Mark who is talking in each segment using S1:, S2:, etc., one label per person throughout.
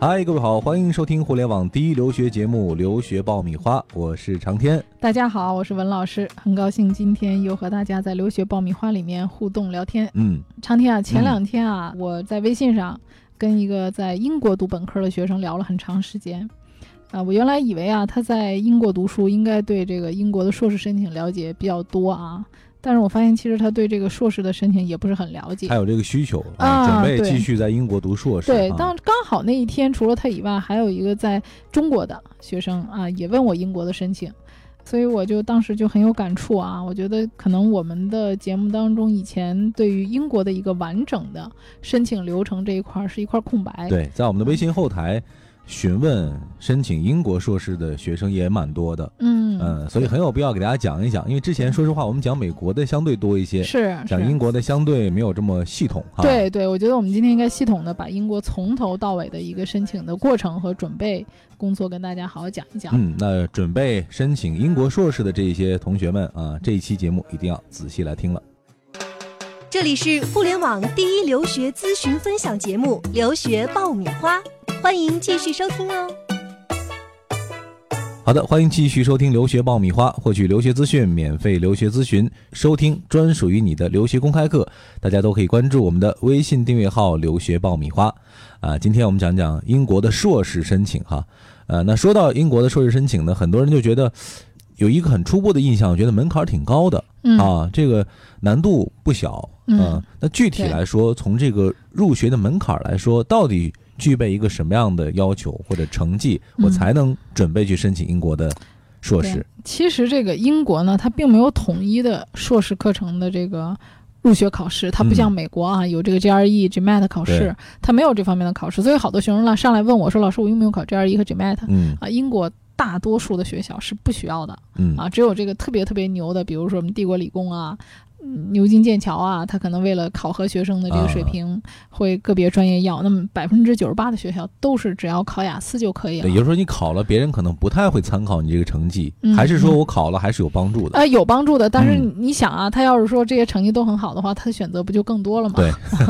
S1: 嗨，各位好，欢迎收听互联网第一留学节目《留学爆米花》，我是长天。
S2: 大家好，我是文老师，很高兴今天又和大家在留学爆米花里面互动聊天。
S1: 嗯
S2: 长天啊，
S1: 嗯
S2: 前两天啊，我在微信上跟一个在英国读本科的学生聊了很长时间。啊、我原来以为啊，他在英国读书应该对这个英国的硕士申请了解比较多啊，但是我发现其实他对这个硕士的申请也不是很了解
S1: 还。有这个需求哎
S2: 啊
S1: 准备
S2: 对
S1: 继续在英国读硕士。
S2: 对，
S1: 啊
S2: 当刚好那一天，除了他以外，还有一个在中国的学生啊，也问我英国的申请，所以我就当时就很有感触啊。我觉得可能我们的节目当中以前对于英国的一个完整的申请流程这一块儿是一块空白。
S1: 对，在我们的微信后台询问申请英国硕士的学生也蛮多的，
S2: 嗯
S1: 嗯，所以很有必要给大家讲一讲，因为之前说实话，我们讲美国的相对多一些，
S2: 是
S1: 讲
S2: 是
S1: 英啊国的相对没有这么系统哈。
S2: 对对，我觉得我们今天应该系统的把英国从头到尾的一个申请的过程和准备工作跟大家好好讲一讲。
S1: 嗯，那准备申请英国硕士的这些同学们啊，这一期节目一定要仔细来听了。
S3: 这里是互联网第一留学咨询分享节目《留学爆米花》，欢迎继续收听哦。
S1: 好的，欢迎继续收听《留学爆米花》，获取留学资讯、免费留学咨询，收听专属于你的留学公开课。大家都可以关注我们的微信订阅号“留学爆米花”。啊，今天我们讲讲英国的硕士申请哈。呃，那说到英国的硕士申请呢，很多人就觉得有一个很初步的印象，觉得门槛儿挺高的
S2: 嗯
S1: 啊，这个难度不小。
S2: 嗯
S1: 啊那具体
S2: 对
S1: 来说，从这个入学的门槛儿来说，到底具备一个什么样的要求或者成绩，我
S2: 嗯
S1: 才能准备去申请英国的硕士
S2: 对？其实这个英国呢，它并没有统一的硕士课程的这个入学考试，它不像
S1: 嗯
S2: 美国啊、有这个 GRE、GMAT 考试
S1: 对，
S2: 它没有这方面的考试，所以好多学生呢上来问我说：“老师，我用不用考 GRE 和 GMAT？”
S1: 嗯
S2: 啊，英国大多数的学校是不需要的
S1: 嗯
S2: 啊，只有这个特别特别牛的，比如说我们帝国理工啊。嗯牛津、剑桥啊，它可能为了考核学生的这个水
S1: 啊
S2: 平，会个别专业要。那么百分之九十八的学校都是只要考雅思就可以了。
S1: 对，也就是说你考了，别人可能不太会参考你这个成绩，
S2: 嗯
S1: 还是说我考了还是有帮助的？
S2: 呃，有帮助的，但是
S1: 嗯
S2: 你想啊，他要是说这些成绩都很好的话，他的选择不就更多了吗？
S1: 对，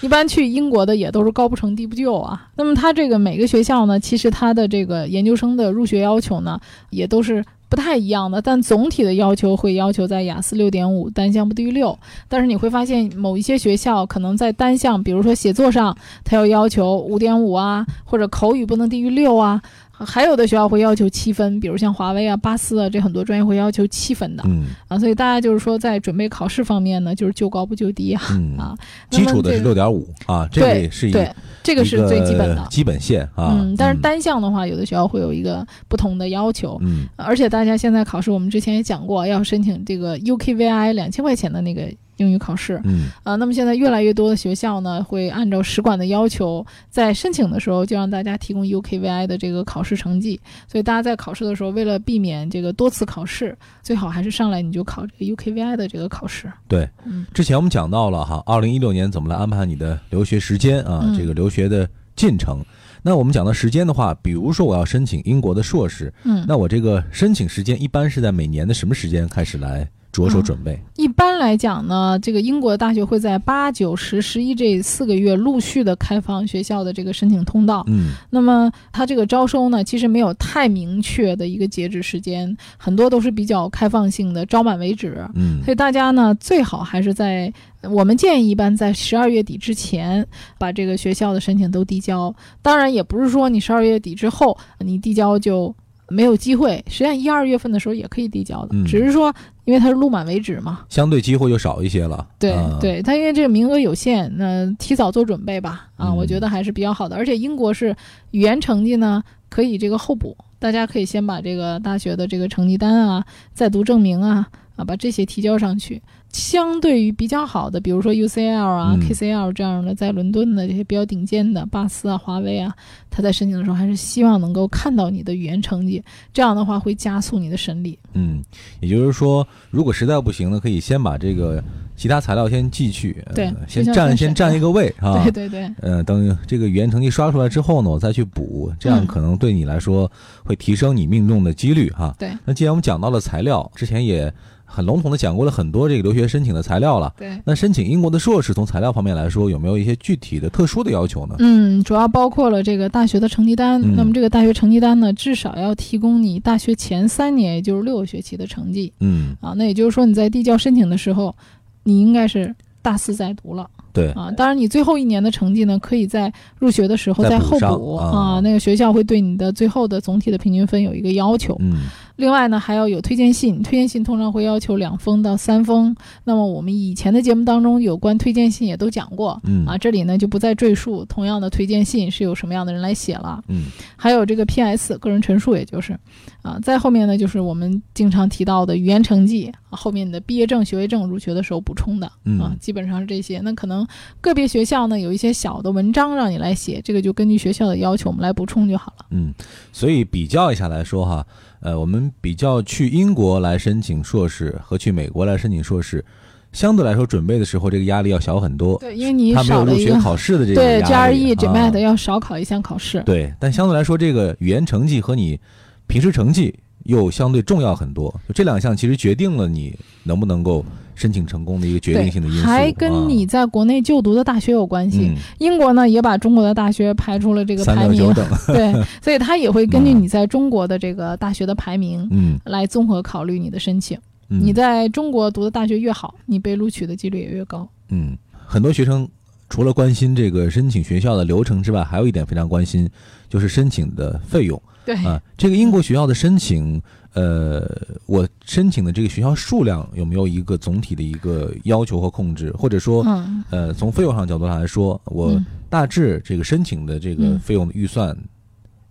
S2: 一般去英国的也都是高不成低不就啊。那么他这个每个学校呢，其实他的这个研究生的入学要求呢，也都是不太一样的，但总体的要求会要求在雅思六点五，单项不低于六。但是你会发现，某一些学校可能在单项，比如说写作上，它要要求五点五啊，或者口语不能低于六啊。还有的学校会要求七分，比如像华威啊、巴斯啊这很多专业会要求七分的
S1: 嗯
S2: 啊，所以大家就是说在准备考试方面呢，就是就高不就低啊。
S1: 嗯
S2: 啊，
S1: 基础的是
S2: 那么
S1: 六点五啊，这
S2: 对
S1: 个是一
S2: 这对，这个是最基本
S1: 一个
S2: 的。
S1: 基本线啊。
S2: 嗯，但是单项的话，有的学校会有一个不同的要求。
S1: 嗯
S2: 而且大家现在考试，我们之前也讲过，要申请这个 UKVI 两千块钱的那个英语考试。
S1: 嗯
S2: 呃，那么现在越来越多的学校呢，会按照使馆的要求，在申请的时候就让大家提供 UKVI 的这个考试成绩。所以大家在考试的时候，为了避免这个多次考试，最好还是上来你就考这个 UKVI 的这个考试。
S1: 对
S2: 嗯，
S1: 之前我们讲到了哈，二零一六年怎么来安排你的留学时间啊，
S2: 嗯
S1: 这个留学的进程。那我们讲到时间的话，比如说我要申请英国的硕士，
S2: 嗯，
S1: 那我这个申请时间一般是在每年的什么时间开始来着手准备？
S2: 一般来讲呢，这个英国的大学会在八、九、十、十一这四个月陆续的开放学校的这个申请通道。
S1: 嗯
S2: 那么它这个招收呢，其实没有太明确的一个截止时间，很多都是比较开放性的，招满为止。
S1: 嗯
S2: 所以大家呢，最好还是在我们建议一般在十二月底之前把这个学校的申请都递交。当然，也不是说你十二月底之后你递交就没有机会，实际上一二月份的时候也可以递交的，
S1: 嗯
S2: 只是说因为它是录满为止嘛。
S1: 相对机会就少一些了。
S2: 对
S1: 啊、，
S2: 对，它因为这个名额有限，那提早做准备吧。啊，
S1: 嗯
S2: 我觉得还是比较好的。而且英国是语言成绩呢可以这个候补，大家可以先把这个大学的这个成绩单啊、在读证明啊啊把这些提交上去。相对于比较好的，比如说 UCL 啊、
S1: 嗯
S2: KCL 这样的，在伦敦的这些比较顶尖的，巴斯啊、华威啊，他在申请的时候还是希望能够看到你的语言成绩，这样的话会加速你的审理。
S1: 嗯，也就是说，如果实在不行呢，可以先把这个其他材料先寄去，呃
S2: 对
S1: 先
S2: 就像
S1: 占
S2: 先
S1: 先
S2: 审
S1: 占一个位啊
S2: 对。对对，
S1: 呃，等这个语言成绩刷出来之后呢，我再去补，这样
S2: 嗯
S1: 可能对你来说会提升你命中的几率哈、
S2: 对
S1: 那既然我们讲到了材料，之前也很笼统的讲过了很多这个留学申请的材料了。
S2: 对，
S1: 那申请英国的硕士，从材料方面来说，有没有一些具体的特殊的要求呢？
S2: 嗯，主要包括了这个大学的成绩单。
S1: 嗯
S2: 那么这个大学成绩单呢，至少要提供你大学前三年，也就是六个学期的成绩
S1: 嗯，
S2: 啊。那也就是说，你在递交申请的时候，你应该是大四在读了
S1: 对，
S2: 啊。当然，你最后一年的成绩呢，可以在入学的时候
S1: 再
S2: 再
S1: 补
S2: 后
S1: 上
S2: 补
S1: 啊
S2: 那个学校会对你的最后的总体的平均分有一个要求。
S1: 嗯
S2: 另外呢，还要有推荐信，推荐信通常会要求两封到三封。那么我们以前的节目当中有关推荐信也都讲过，
S1: 嗯
S2: 啊，这里呢就不再赘述。同样的推荐信是由什么样的人来写了，
S1: 嗯
S2: 还有这个 P.S. 个人陈述，也就是啊，再后面呢就是我们经常提到的语言成绩，啊、后面你的毕业证、学位证入学的时候补充的啊
S1: 嗯，
S2: 基本上是这些。那可能个别学校呢有一些小的文章让你来写，这个就根据学校的要求我们来补充就好了。
S1: 嗯，所以比较一下来说哈，呃，我们比较去英国来申请硕士和去美国来申请硕士，相对来说准备的时候这个压力要小很多。
S2: 对，因为你
S1: 他没有
S2: 少
S1: 入
S2: 了一
S1: 学
S2: 个
S1: 考试的这个
S2: 对 E
S1: 压
S2: GRE、
S1: 力
S2: GMAT
S1: 啊
S2: 要少考一项考试。
S1: 对，但相对来说，这个语言成绩和你平时成绩又相对重要很多。就这两项其实决定了你能不能够申请成功的一个决定性的因素。
S2: 还跟你在国内就读的大学有关
S1: 啊、
S2: 系。
S1: 嗯
S2: 英国呢也把中国的大学排出了这个
S1: 三
S2: 排
S1: 六
S2: 名
S1: 九，
S2: 啊
S1: 等，
S2: 对，所以它也会根据你在中国的这个大学的排名。
S1: 嗯，
S2: 来综合考虑你的申请，
S1: 嗯
S2: 你在中国读的大学越好，你被录取的几率也越高。
S1: 嗯，很多学生除了关心这个申请学校的流程之外，还有一点非常关心，就是申请的费用
S2: 对，
S1: 啊。这个英国学校的申请，呃，我申请的这个学校数量有没有一个总体的一个要求和控制，或者说，
S2: 嗯，
S1: 呃，从费用上角度上来说，我
S2: 嗯
S1: 大致这个申请的这个
S2: 嗯
S1: 费用的预算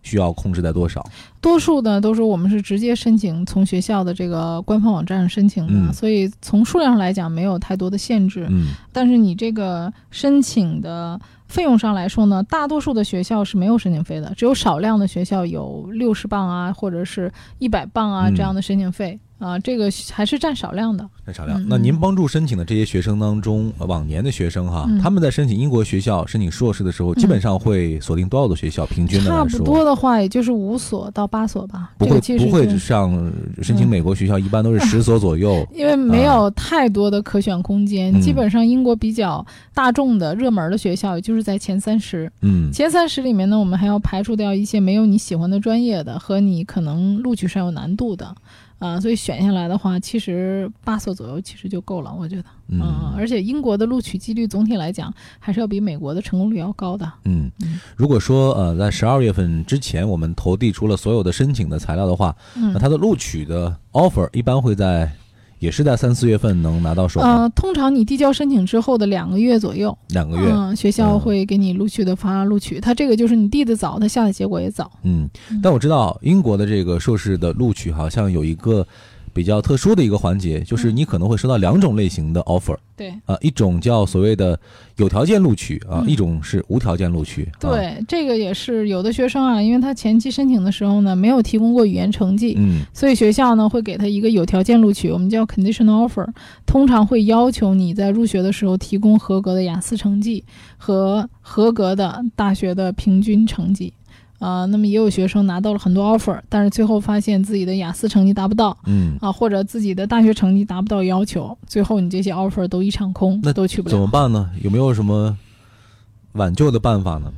S1: 需要控制在多少？
S2: 多数呢都是我们是直接申请从学校的这个官方网站上申请的，
S1: 嗯
S2: 所以从数量上来讲没有太多的限制。
S1: 嗯
S2: 但是你这个申请的费用上来说呢，大多数的学校是没有申请费的，只有少量的学校有六十磅啊，或者是一百磅啊
S1: 嗯
S2: 这样的申请费、啊，这个还是占少量的。
S1: 那少量。
S2: 嗯
S1: 那您帮助申请的这些学生当中，呃往年的学生哈，
S2: 嗯
S1: 他们在申请英国学校、申请硕士的时候，基本上会锁定多少的学校？平均的
S2: 差
S1: 来
S2: 不
S1: 说，
S2: 多的话，也就是五所到八所吧。
S1: 不
S2: 这
S1: 会
S2: 个其实
S1: 不会
S2: 是
S1: 上申请
S2: 嗯
S1: 美国学校，一般都是十所左右。
S2: 因为没有太多的可选空间，
S1: 啊嗯
S2: 基本上英国比较大众的热门的学校，也就是在前三十。
S1: 嗯
S2: 前三十里面呢，我们还要排除掉一些没有你喜欢的专业的和你可能录取上有难度的。啊，所以选下来的话，其实八所左右其实就够了，我觉得。啊
S1: 嗯
S2: 而且英国的录取几率总体来讲还是要比美国的成功率要高的。
S1: 嗯
S2: 嗯，
S1: 如果说呃，在十二月份之前，我们投递出了所有的申请的材料的话，
S2: 嗯
S1: 那，他的录取的 offer 一般会在，也是在三四月份能拿到手吗？
S2: 呃，通常你递交申请之后的两个月左右，
S1: 两个月。
S2: 嗯，学校会给你录取的发录取，它这个就是你递的早，它下的结果也早。
S1: 嗯，但我知道英国的这个硕士的录取好像有一个比较特殊的一个环节，
S2: 嗯
S1: 就是你可能会收到两种类型的 offer
S2: 对
S1: 啊、一种叫所谓的有条件录取啊、
S2: 嗯
S1: 一种是无条件录取。啊，
S2: 对，这个也是有的学生啊，因为他前期申请的时候呢，没有提供过语言成绩，
S1: 嗯
S2: 所以学校呢会给他一个有条件录取，我们叫 conditional offer，通常会要求你在入学的时候提供合格的雅思成绩和合格的大学的平均成绩。啊、那么也有学生拿到了很多 offer，但是最后发现自己的雅思成绩达不到，
S1: 嗯，
S2: 啊，或者自己的大学成绩达不到要求，最后你这些 offer 都一场空，
S1: 那
S2: 都去不
S1: 怎么
S2: 了，
S1: 办呢？有没有什么挽救的办法呢？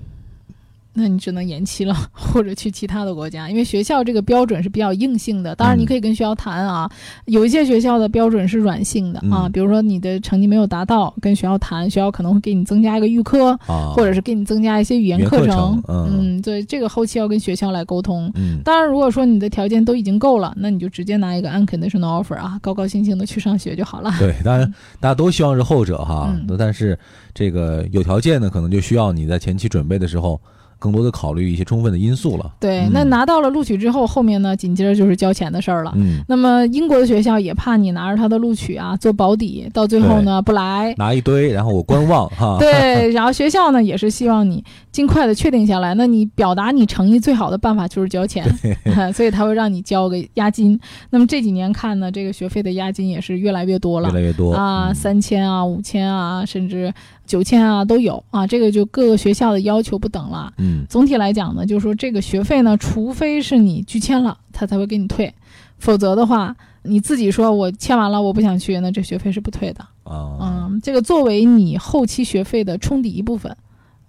S2: 那你只能延期了，或者去其他的国家，因为学校这个标准是比较硬性的。当然，
S1: 嗯
S2: 你可以跟学校谈啊，有一些学校的标准是软性的啊，
S1: 嗯
S2: 比如说你的成绩没有达到，跟学校谈，学校可能会给你增加一个预科，
S1: 啊，
S2: 或者是给你增加一些语
S1: 语
S2: 言
S1: 言课
S2: 程。
S1: 程嗯
S2: 嗯，对，这个后期要跟学校来沟通。
S1: 嗯
S2: 当然，如果说你的条件都已经够了，那你就直接拿一个 unconditional offer 啊，高高兴兴的去上学就好 了。
S1: 对，当然大家都希望是后者哈
S2: 嗯，
S1: 那但是这个有条件呢，可能就需要你在前期准备的时候，更多的考虑一些充分的因素了。
S2: 对，
S1: 嗯
S2: 那拿到了录取之后，后面呢，紧接着就是交钱的事儿了。
S1: 嗯，
S2: 那么英国的学校也怕你拿着他的录取啊做保底，到最后呢不 来。
S1: 拿一堆，然后我观望哈。
S2: 哎对，然后学校呢也是希望你尽快的确定下来。那你表达你诚意最好的办法就是交 钱， 所以他会让你交个押金。那么这几年看呢，这个学费的押金也是越来越多了
S1: 越。来越多
S2: 啊，
S1: 嗯
S2: 三千啊，五千啊，甚至九千啊都有啊，这个就各个学校的要求不等了。
S1: 嗯
S2: 总体来讲呢，就是说这个学费呢，除非是你拒签了，他才会给你退，否则的话，你自己说我签完了我不想去，那这学费是不退的。
S1: 啊，
S2: 嗯，这个作为你后期学费的冲抵一部分，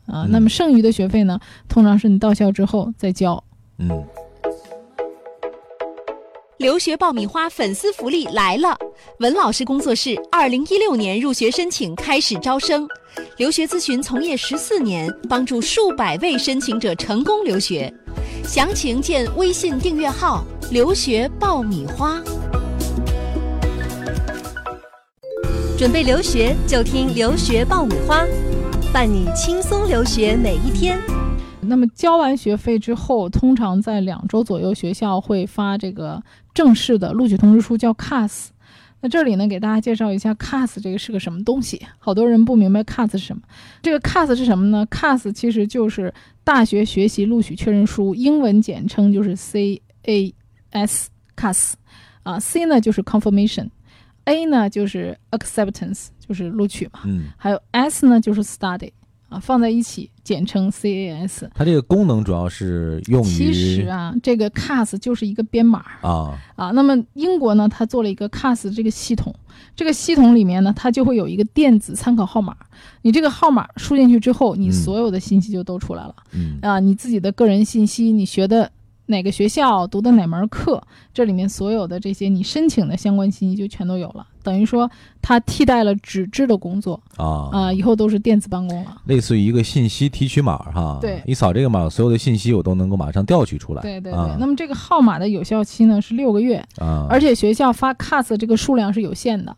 S2: 啊、
S1: 嗯
S2: 那么剩余的学费呢，通常是你到校之后再交。
S1: 嗯，
S3: 留学爆米花粉丝福利来了！文老师工作室二零一六年入学申请开始招生，留学咨询从业十四年，帮助数百位申请者成功留学。详情见微信订阅号“留学爆米花”。准备留学就听留学爆米花，伴你轻松留学每一天。
S2: 那么交完学费之后，通常在两周左右，学校会发这个正式的录取通知书，叫 CAS。那这里呢，给大家介绍一下 CAS 这个是个什么东西。好多人不明白 CAS 是什么。这个 CAS 是什么呢？CAS 其实就是大学学习录取确认书，英文简称就是 CAS。CAS 啊，C 呢就是 confirmation，A 呢就是 acceptance，就是录取嘛。
S1: 嗯，
S2: 还有 S 呢就是 study 啊，放在一起简称 CAS。
S1: 它这个功能主要是用于
S2: 其实啊，这个 CAS 就是一个编码
S1: 啊，
S2: 啊。那么英国呢，它做了一个 CAS 这个系统，这个系统里面呢，它就会有一个电子参考号码。你这个号码输进去之后，你
S1: 嗯
S2: 所有的信息就都出来了、
S1: 嗯
S2: 啊，你自己的个人信息，你学的。哪个学校读的哪门课，这里面所有的这些你申请的相关信息就全都有了，等于说它替代了纸质的工作啊、
S1: 啊，
S2: 以后都是电子办公了。
S1: 类似于一个信息提取码哈，
S2: 对
S1: 一扫这个码，所有的信息我都能够马上调取出来，
S2: 对对对，
S1: 啊
S2: 那么这个号码的有效期呢是六个月，
S1: 啊，
S2: 而且学校发 CAS 这个数量是有限的，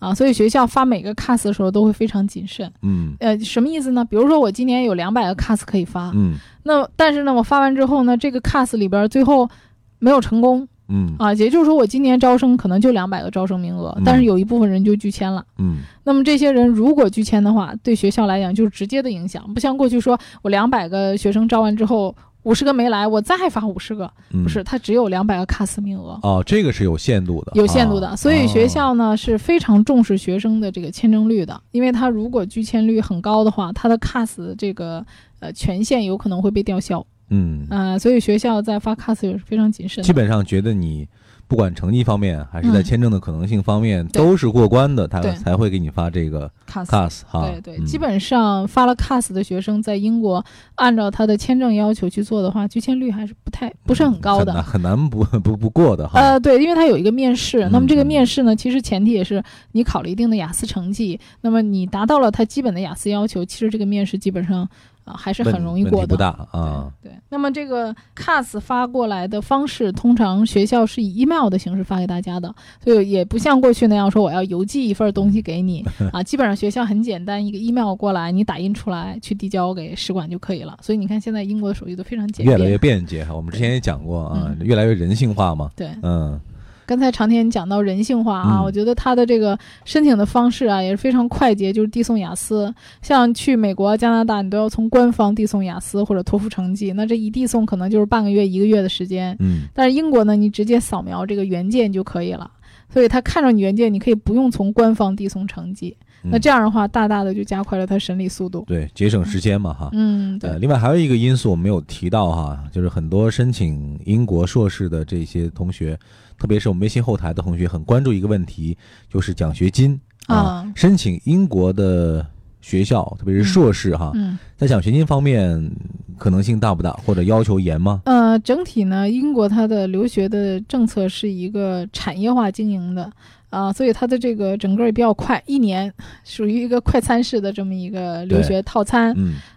S2: 啊，所以学校发每个 CAS 的时候都会非常谨慎。
S1: 嗯
S2: 呃，什么意思呢？比如说我今年有两百个 CAS 可以发，
S1: 嗯
S2: 那但是呢，我发完之后呢，这个 CAS 里边最后没有成功
S1: 嗯
S2: 啊，也就是说我今年招生可能就两百个招生名额
S1: 嗯，
S2: 但是有一部分人就拒签了。
S1: 嗯
S2: 那么这些人如果拒签的话，对学校来讲就是直接的影响，不像过去说我两百个学生招完之后。五十个没来，我再发五十个，
S1: 嗯，
S2: 不是，他只有两百个 CAS 名额。
S1: 哦，这个是有限度的，
S2: 有限度的，
S1: 啊
S2: 所以学校呢、是非常重视学生的这个签证率的，因为他如果拒签率很高的话，他的 CAS 这个呃权限有可能会被吊销，
S1: 嗯，
S2: 呃，所以学校在发 CAS 也是非常谨慎
S1: 基
S2: 的。
S1: 本上觉得你不管成绩方面还是在
S2: 嗯
S1: 签证的可能性方面
S2: 对
S1: 都是过关的，他
S2: 对
S1: 才会给你发这个
S2: CAS
S1: CAS 哈。
S2: 对对，
S1: 嗯
S2: 基本上发了 CAS 的学生在英国按照他的签证要求去做的话，拒签率还是不太不是很高的
S1: 很。难很难不不 不过的哈。
S2: 呃，对，因为它有一个面试，那么这个
S1: 嗯
S2: 面试呢，其实前提也是你考了一定的雅思成绩，那么你达到了它基本的雅思要求，其实这个面试基本上啊、还是
S1: 问
S2: 很容易
S1: 问题
S2: 过
S1: 不
S2: 的。
S1: 大啊。
S2: 对，那么这个 CAS 发过来的方式，通常学校是以 email 的形式发给大家的，所以也不像过去那样说我要邮寄一份东西给 你啊，基本上学校很简单，一个 email 过来，你打印出来去递交给使馆就可以了。所以你看现在英国的手续都非常简
S1: 越
S2: 便，
S1: 来越便捷哈，我们之前也讲过啊，
S2: 嗯
S1: 越来越人性化嘛。
S2: 对。
S1: 嗯
S2: 刚才长天讲到人性化啊，
S1: 嗯
S2: 我觉得他的这个申请的方式啊也是非常快捷，就是递送雅思。像去美国、加拿大，你都要从官方递送雅思或者托福成绩，那这一递送可能就是半个月、一个月的时间。
S1: 嗯
S2: 但是英国呢，你直接扫描这个原件就可以了，所以他看着你原件，你可以不用从官方递送成绩。
S1: 嗯
S2: 那这样的话，大大的就加快了他审理速度。
S1: 对，节省时间嘛哈。
S2: 嗯，对
S1: 呃，，另外还有一个因素我没有提到哈，就是很多申请英国硕士的这些同学，特别是我们微信后台的同学，很关注一个问题，就是奖学金
S2: 啊
S1: 申请英国的学校，特别是硕士哈，
S2: 嗯。
S1: 在奖学金方面可能性大不大，或者要求严吗？
S2: 呃，整体呢，英国它的留学的政策是一个产业化经营的啊、所以它的这个整个也比较快，一年属于一个快餐式的这么一个留学套餐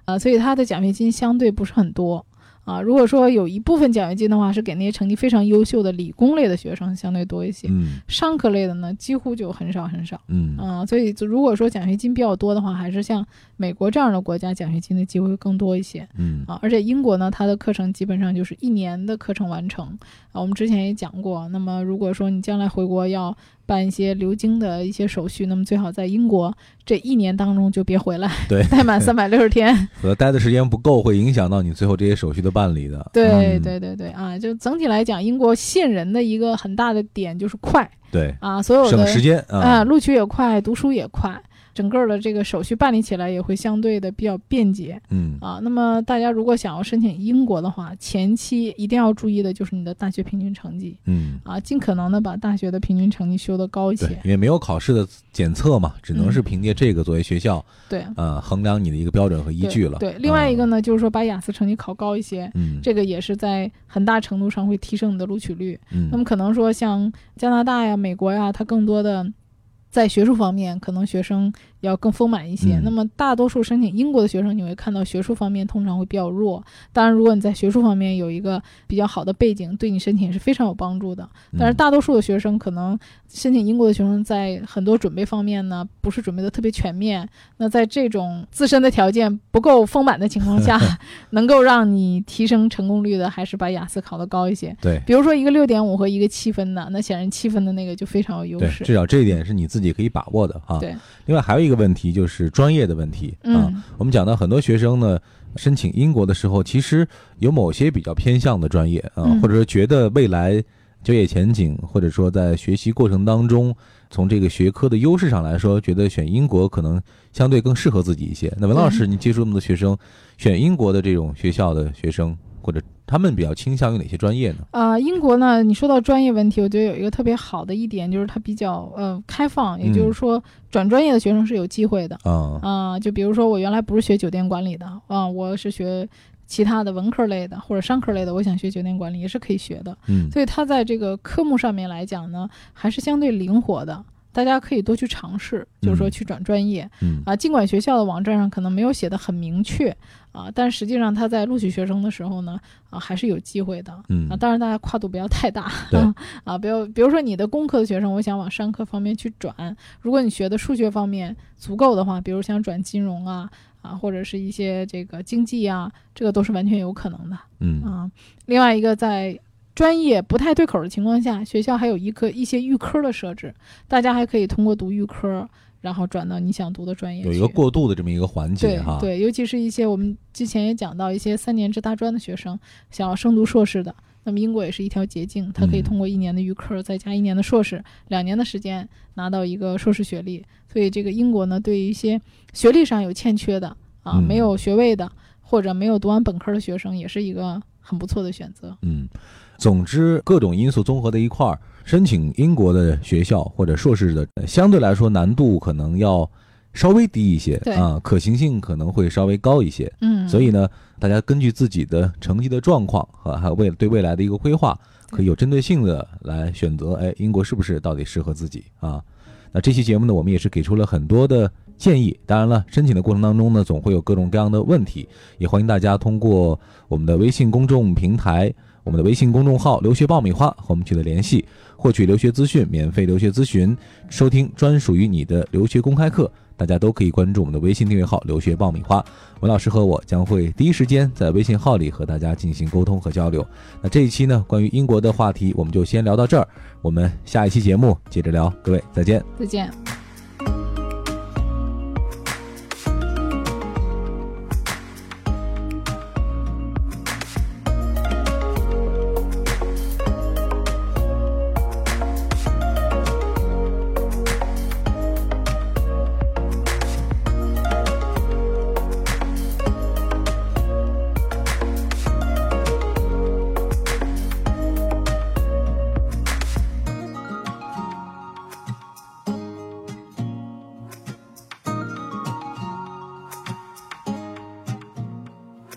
S2: 啊、
S1: 嗯
S2: 所以它的奖学金相对不是很多。啊，如果说有一部分奖学金的话，是给那些成绩非常优秀的理工类的学生相对多一些，
S1: 嗯
S2: 商科类的呢几乎就很少很少。
S1: 嗯
S2: 嗯，所以就如果说奖学金比较多的话，还是像美国这样的国家奖学金的机会会更多一些。
S1: 嗯
S2: 啊，而且英国呢，它的课程基本上就是一年的课程完成啊。我们之前也讲过，那么如果说你将来回国要办一些留京的一些手续，那么最好在英国这一年当中就别回来，
S1: 对
S2: 待满三百六 十天。
S1: 可能待的时间不够，会影响到你最后这些手续的办理的。
S2: 对
S1: 嗯
S2: 对对对啊，就整体来讲，英国吸引人的一个很大的点就是快
S1: 对，
S2: 啊，所有
S1: 省
S2: 的
S1: 时间
S2: 啊，
S1: 啊，
S2: 录取也快，读书也快。整个的这个手续办理起来也会相对的比较便捷
S1: 嗯
S2: 啊。那么大家如果想要申请英国的话，前期一定要注意的就是你的大学平均成绩
S1: 嗯，
S2: 啊，尽可能的把大学的平均成绩修得高一
S1: 对
S2: 些，。
S1: 因为没有考试的检测嘛，只能
S2: 嗯
S1: 是凭借这个作为学校
S2: 对，
S1: 呃衡量你的一个标准和依据了。
S2: 对，对另外一个
S1: 嗯
S2: 呢，就是说把雅思成绩考高一些，
S1: 嗯，
S2: 这个也是在很大程度上会提升你的录取率。那
S1: 嗯
S2: 么可能说像加拿大呀、美国呀，它更多的在学术方面，可能学生要更丰满一些。
S1: 嗯
S2: 那么大多数申请英国的学生，你会看到学术方面通常会比较弱。当然，如果你在学术方面有一个比较好的背景，对你申请也是非常有帮助的。但是
S1: 嗯
S2: 大多数的学生可能申请英国的学生在很多准备方面呢，不是准备的特别全面。那在这种自身的条件不够丰满的情况 下，能够让你提升成功率的，还是把雅思考得高一些。
S1: 对
S2: 比如说一个六点五和一个七分的，那显然七分的那个就非常有优
S1: 对，
S2: 势。
S1: 至少这一点是你自己可以把握的哈。
S2: 对。
S1: 另外还有一个问题就是专业的问题啊，
S2: 嗯，
S1: 我们讲到很多学生呢，申请英国的时候，其实有某些比较偏向的专业啊，
S2: 嗯
S1: 或者说觉得未来就业前景，或者说在学习过程当中，从这个学科的优势上来说，觉得选英国可能相对更适合自己一些。那文老师，
S2: 嗯
S1: 你接触那么多学生，选英国的这种学校的学生，或者他们比较倾向于哪些专业呢？
S2: 呃，英国呢，你说到专业问题，我觉得有一个特别好的一点就是它比较呃开放，也
S1: 嗯
S2: 就是说转专业的学生是有机会的。
S1: 啊，
S2: 啊、就比如说我原来不是学酒店管理的啊、我是学其他的文科类的或者商科类的，我想学酒店管理也是可以学的。
S1: 嗯，
S2: 所以它在这个科目上面来讲呢，还是相对灵活的。大家可以多去尝试，就是说
S1: 嗯
S2: 去转专业、
S1: 嗯，
S2: 啊。尽管学校的网站上可能没有写的很明确啊，但实际上他在录取学生的时候呢，啊还是有机会的。
S1: 嗯
S2: 啊，当然大家跨度不要太大，
S1: 对
S2: 啊，比如比如说你的工科的学生，我想往商科方面去转，如果你学的数学方面足够的话，比如想转金融啊啊，或者是一些这个经济啊，这个都是完全有可能的
S1: 嗯，
S2: 啊。另外一个在专业不太对口的情况下，学校还有一个一些预科的设置，大家还可以通过读预科，然后转到你想读的专业去。
S1: 有一个过渡的这么一个环
S2: 对
S1: 节哈，
S2: 对，尤其是一些我们之前也讲到一些三年制大专的学生想要升读硕士的，那么英国也是一条捷径，他可以
S1: 嗯
S2: 通过一年的预科再加一年的硕士，两年的时间拿到一个硕士学历。所以这个英国呢，对于一些学历上有欠缺的啊，
S1: 嗯
S2: 没有学位的或者没有读完本科的学生，也是一个很不错的选择。
S1: 嗯，总之各种因素综合在一块儿，申请英国的学校或者硕士的，呃相对来说难度可能要稍微低一些
S2: 对
S1: 啊，可行性可能会稍微高一些。
S2: 嗯，
S1: 所以呢，大家根据自己的成绩的状况和还有未对未来的一个规划，
S2: 对
S1: 可以有针对性的来选择，哎，英国是不是到底适合自己啊？那这期节目呢，我们也是给出了很多的建议。当然了，申请的过程当中呢，总会有各种各样的问题，也欢迎大家通过我们的微信公众平台、我们的微信公众号“留学爆米花”和我们取得联系，获取留学资讯、免费留学咨询、收听专属于你的留学公开课。大家都可以关注我们的微信订阅号“留学爆米花”，文老师和我将会第一时间在微信号里和大家进行沟通和交流。那这一期呢，关于英国的话题，我们就先聊到这儿，我们下一期节目接着聊，各位再见。
S2: 再见。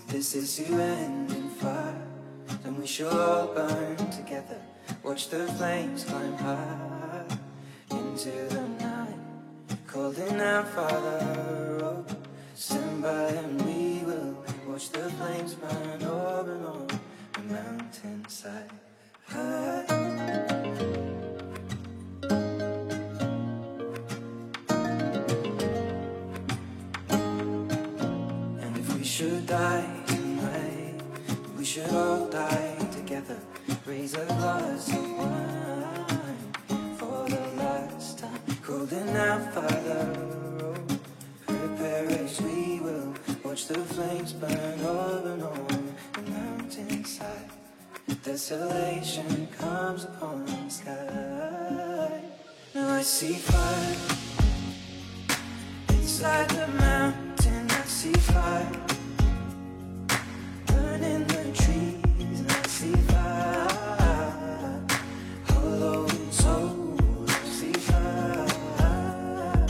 S4: This is you ending fire, and we shall all burn together. Watch the flames climb high into the night, calling out, Father, oh, stand by and we will watch the flames burn over on the mountainside. High. And if we should die tonight, we should all die together. Raise a glass of wine for the last time. Calling out, Father, oh, prepare as we will. Watch the flames burn over and on the mountainside. Desolation comes upon the sky. Now I see fire. Beside the mountain, I see fire. Burning the trees, I see fire. Hollow soul, I see fire.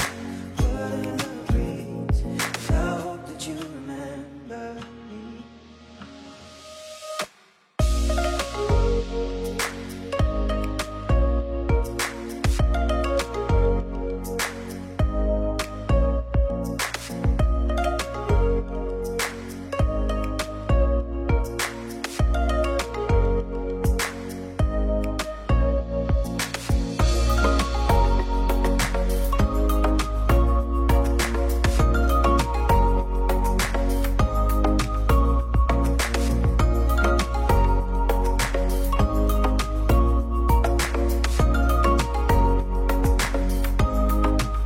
S4: What in the breeze, I hope that you remember me.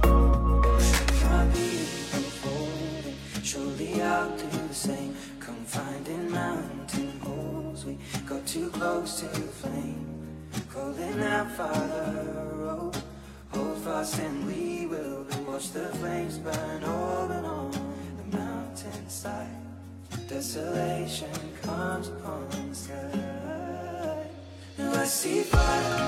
S4: My people folding, surely I'll do the same. Come finding mountain holes, we got too close to the flame. Calling out, Father, oh, hold fast and we will watch the flames burn all and on the mountainside. Desolation comes upon the sky. Now I see fire. Oh,